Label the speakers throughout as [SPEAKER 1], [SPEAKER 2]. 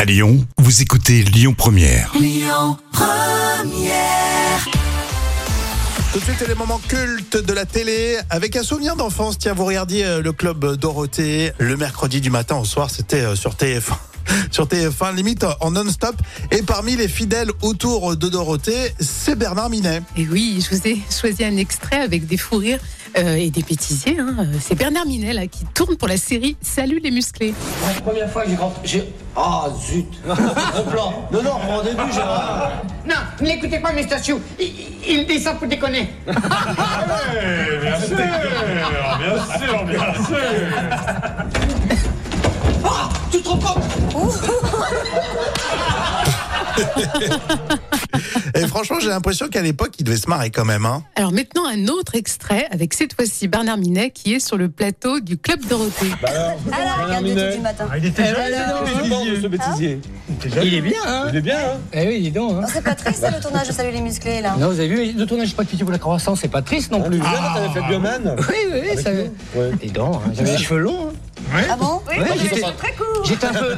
[SPEAKER 1] À Lyon, vous écoutez Lyon Première.
[SPEAKER 2] Tout de suite, c'est les moments cultes de la télé avec un souvenir d'enfance. Tiens, vous regardiez euh, le club Dorothée le mercredi du matin au soir, c'était euh, sur TF1. Sur TF1, limite euh, en non-stop. Et parmi les fidèles autour de Dorothée, c'est Bernard Minet.
[SPEAKER 3] Et oui, je vous ai choisi un extrait avec des fous rires euh, et des bêtisiers. hein. Euh, C'est Bernard Minet là, qui tourne pour la série Salut les musclés.
[SPEAKER 4] La première fois que j'ai rentré. j'ai- Ah zut Au plan Non, non, au début, j'ai.
[SPEAKER 5] Ah,
[SPEAKER 6] Non, n'écoutez pas mes stations. Il, il- il descend pour déconner.
[SPEAKER 7] Bien sûr, bien sûr, bien sûr.
[SPEAKER 4] Ah Tu te rends compte
[SPEAKER 2] Et franchement, j'ai l'impression qu'à l'époque, il devait se marrer quand même. Hein.
[SPEAKER 3] Alors maintenant, un autre extrait avec cette fois-ci Bernard Minet qui est sur le plateau du Club Dorothée.
[SPEAKER 8] Alors, regarde le tout du matin. Eh ben,
[SPEAKER 5] Il est bien, hein Il est bien, hein Eh oui, dis donc. Hein.
[SPEAKER 8] Non, oh, c'est pas triste le tournage de Salut les musclés là.
[SPEAKER 5] Non, vous avez vu, le tournage Spaghetti pour la croissance, c'est pas triste non plus. Ah, t'avais fait Bioman Oui, oui, ça... Dis donc, hein, j'avais les cheveux longs. hein.
[SPEAKER 8] Ah bon
[SPEAKER 5] Ouais, j'étais- J'étais un peu,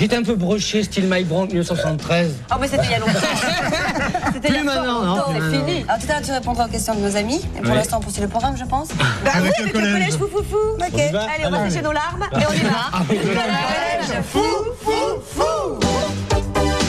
[SPEAKER 5] j'étais un peu broché, style My Brand 1973.
[SPEAKER 8] Ah mais c'était il y a longtemps. c'était
[SPEAKER 5] Plus maintenant, non, plus
[SPEAKER 8] C'est
[SPEAKER 5] maintenant.
[SPEAKER 8] fini. Alors tout à l'heure tu répondras aux questions de nos amis. Et pour
[SPEAKER 5] Ouais.
[SPEAKER 8] l'instant on poursuit le programme je pense. Bah oui, avec le collège foufoufou. Ok. Allez, on va sécher nos larmes et on y va. Collège fou fou fou.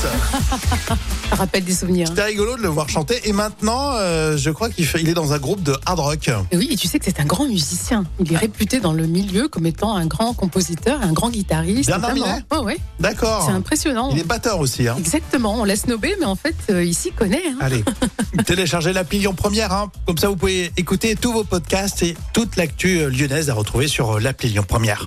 [SPEAKER 3] Ça rappelle des souvenirs. hein.
[SPEAKER 2] C'était rigolo de le voir chanter. Et maintenant, euh, je crois qu'il fait- il est dans un groupe de hard rock.
[SPEAKER 3] Et oui, et tu sais que c'est un grand musicien. Il est réputé dans le milieu comme étant un grand compositeur, un grand guitariste.
[SPEAKER 2] Bernard
[SPEAKER 3] notamment.
[SPEAKER 2] Minet
[SPEAKER 3] Ouais, ouais.
[SPEAKER 2] D'accord.
[SPEAKER 3] C'est impressionnant.
[SPEAKER 2] Il est batteur aussi. Hein.
[SPEAKER 3] Exactement, on l'a snobé, mais en fait, euh, il s'y connaît. hein.
[SPEAKER 2] Allez, téléchargez l'appli Lyon Première. hein. Comme ça, vous pouvez écouter tous vos podcasts et toute l'actu euh, lyonnaise à retrouver sur euh, l'appli Lyon Première.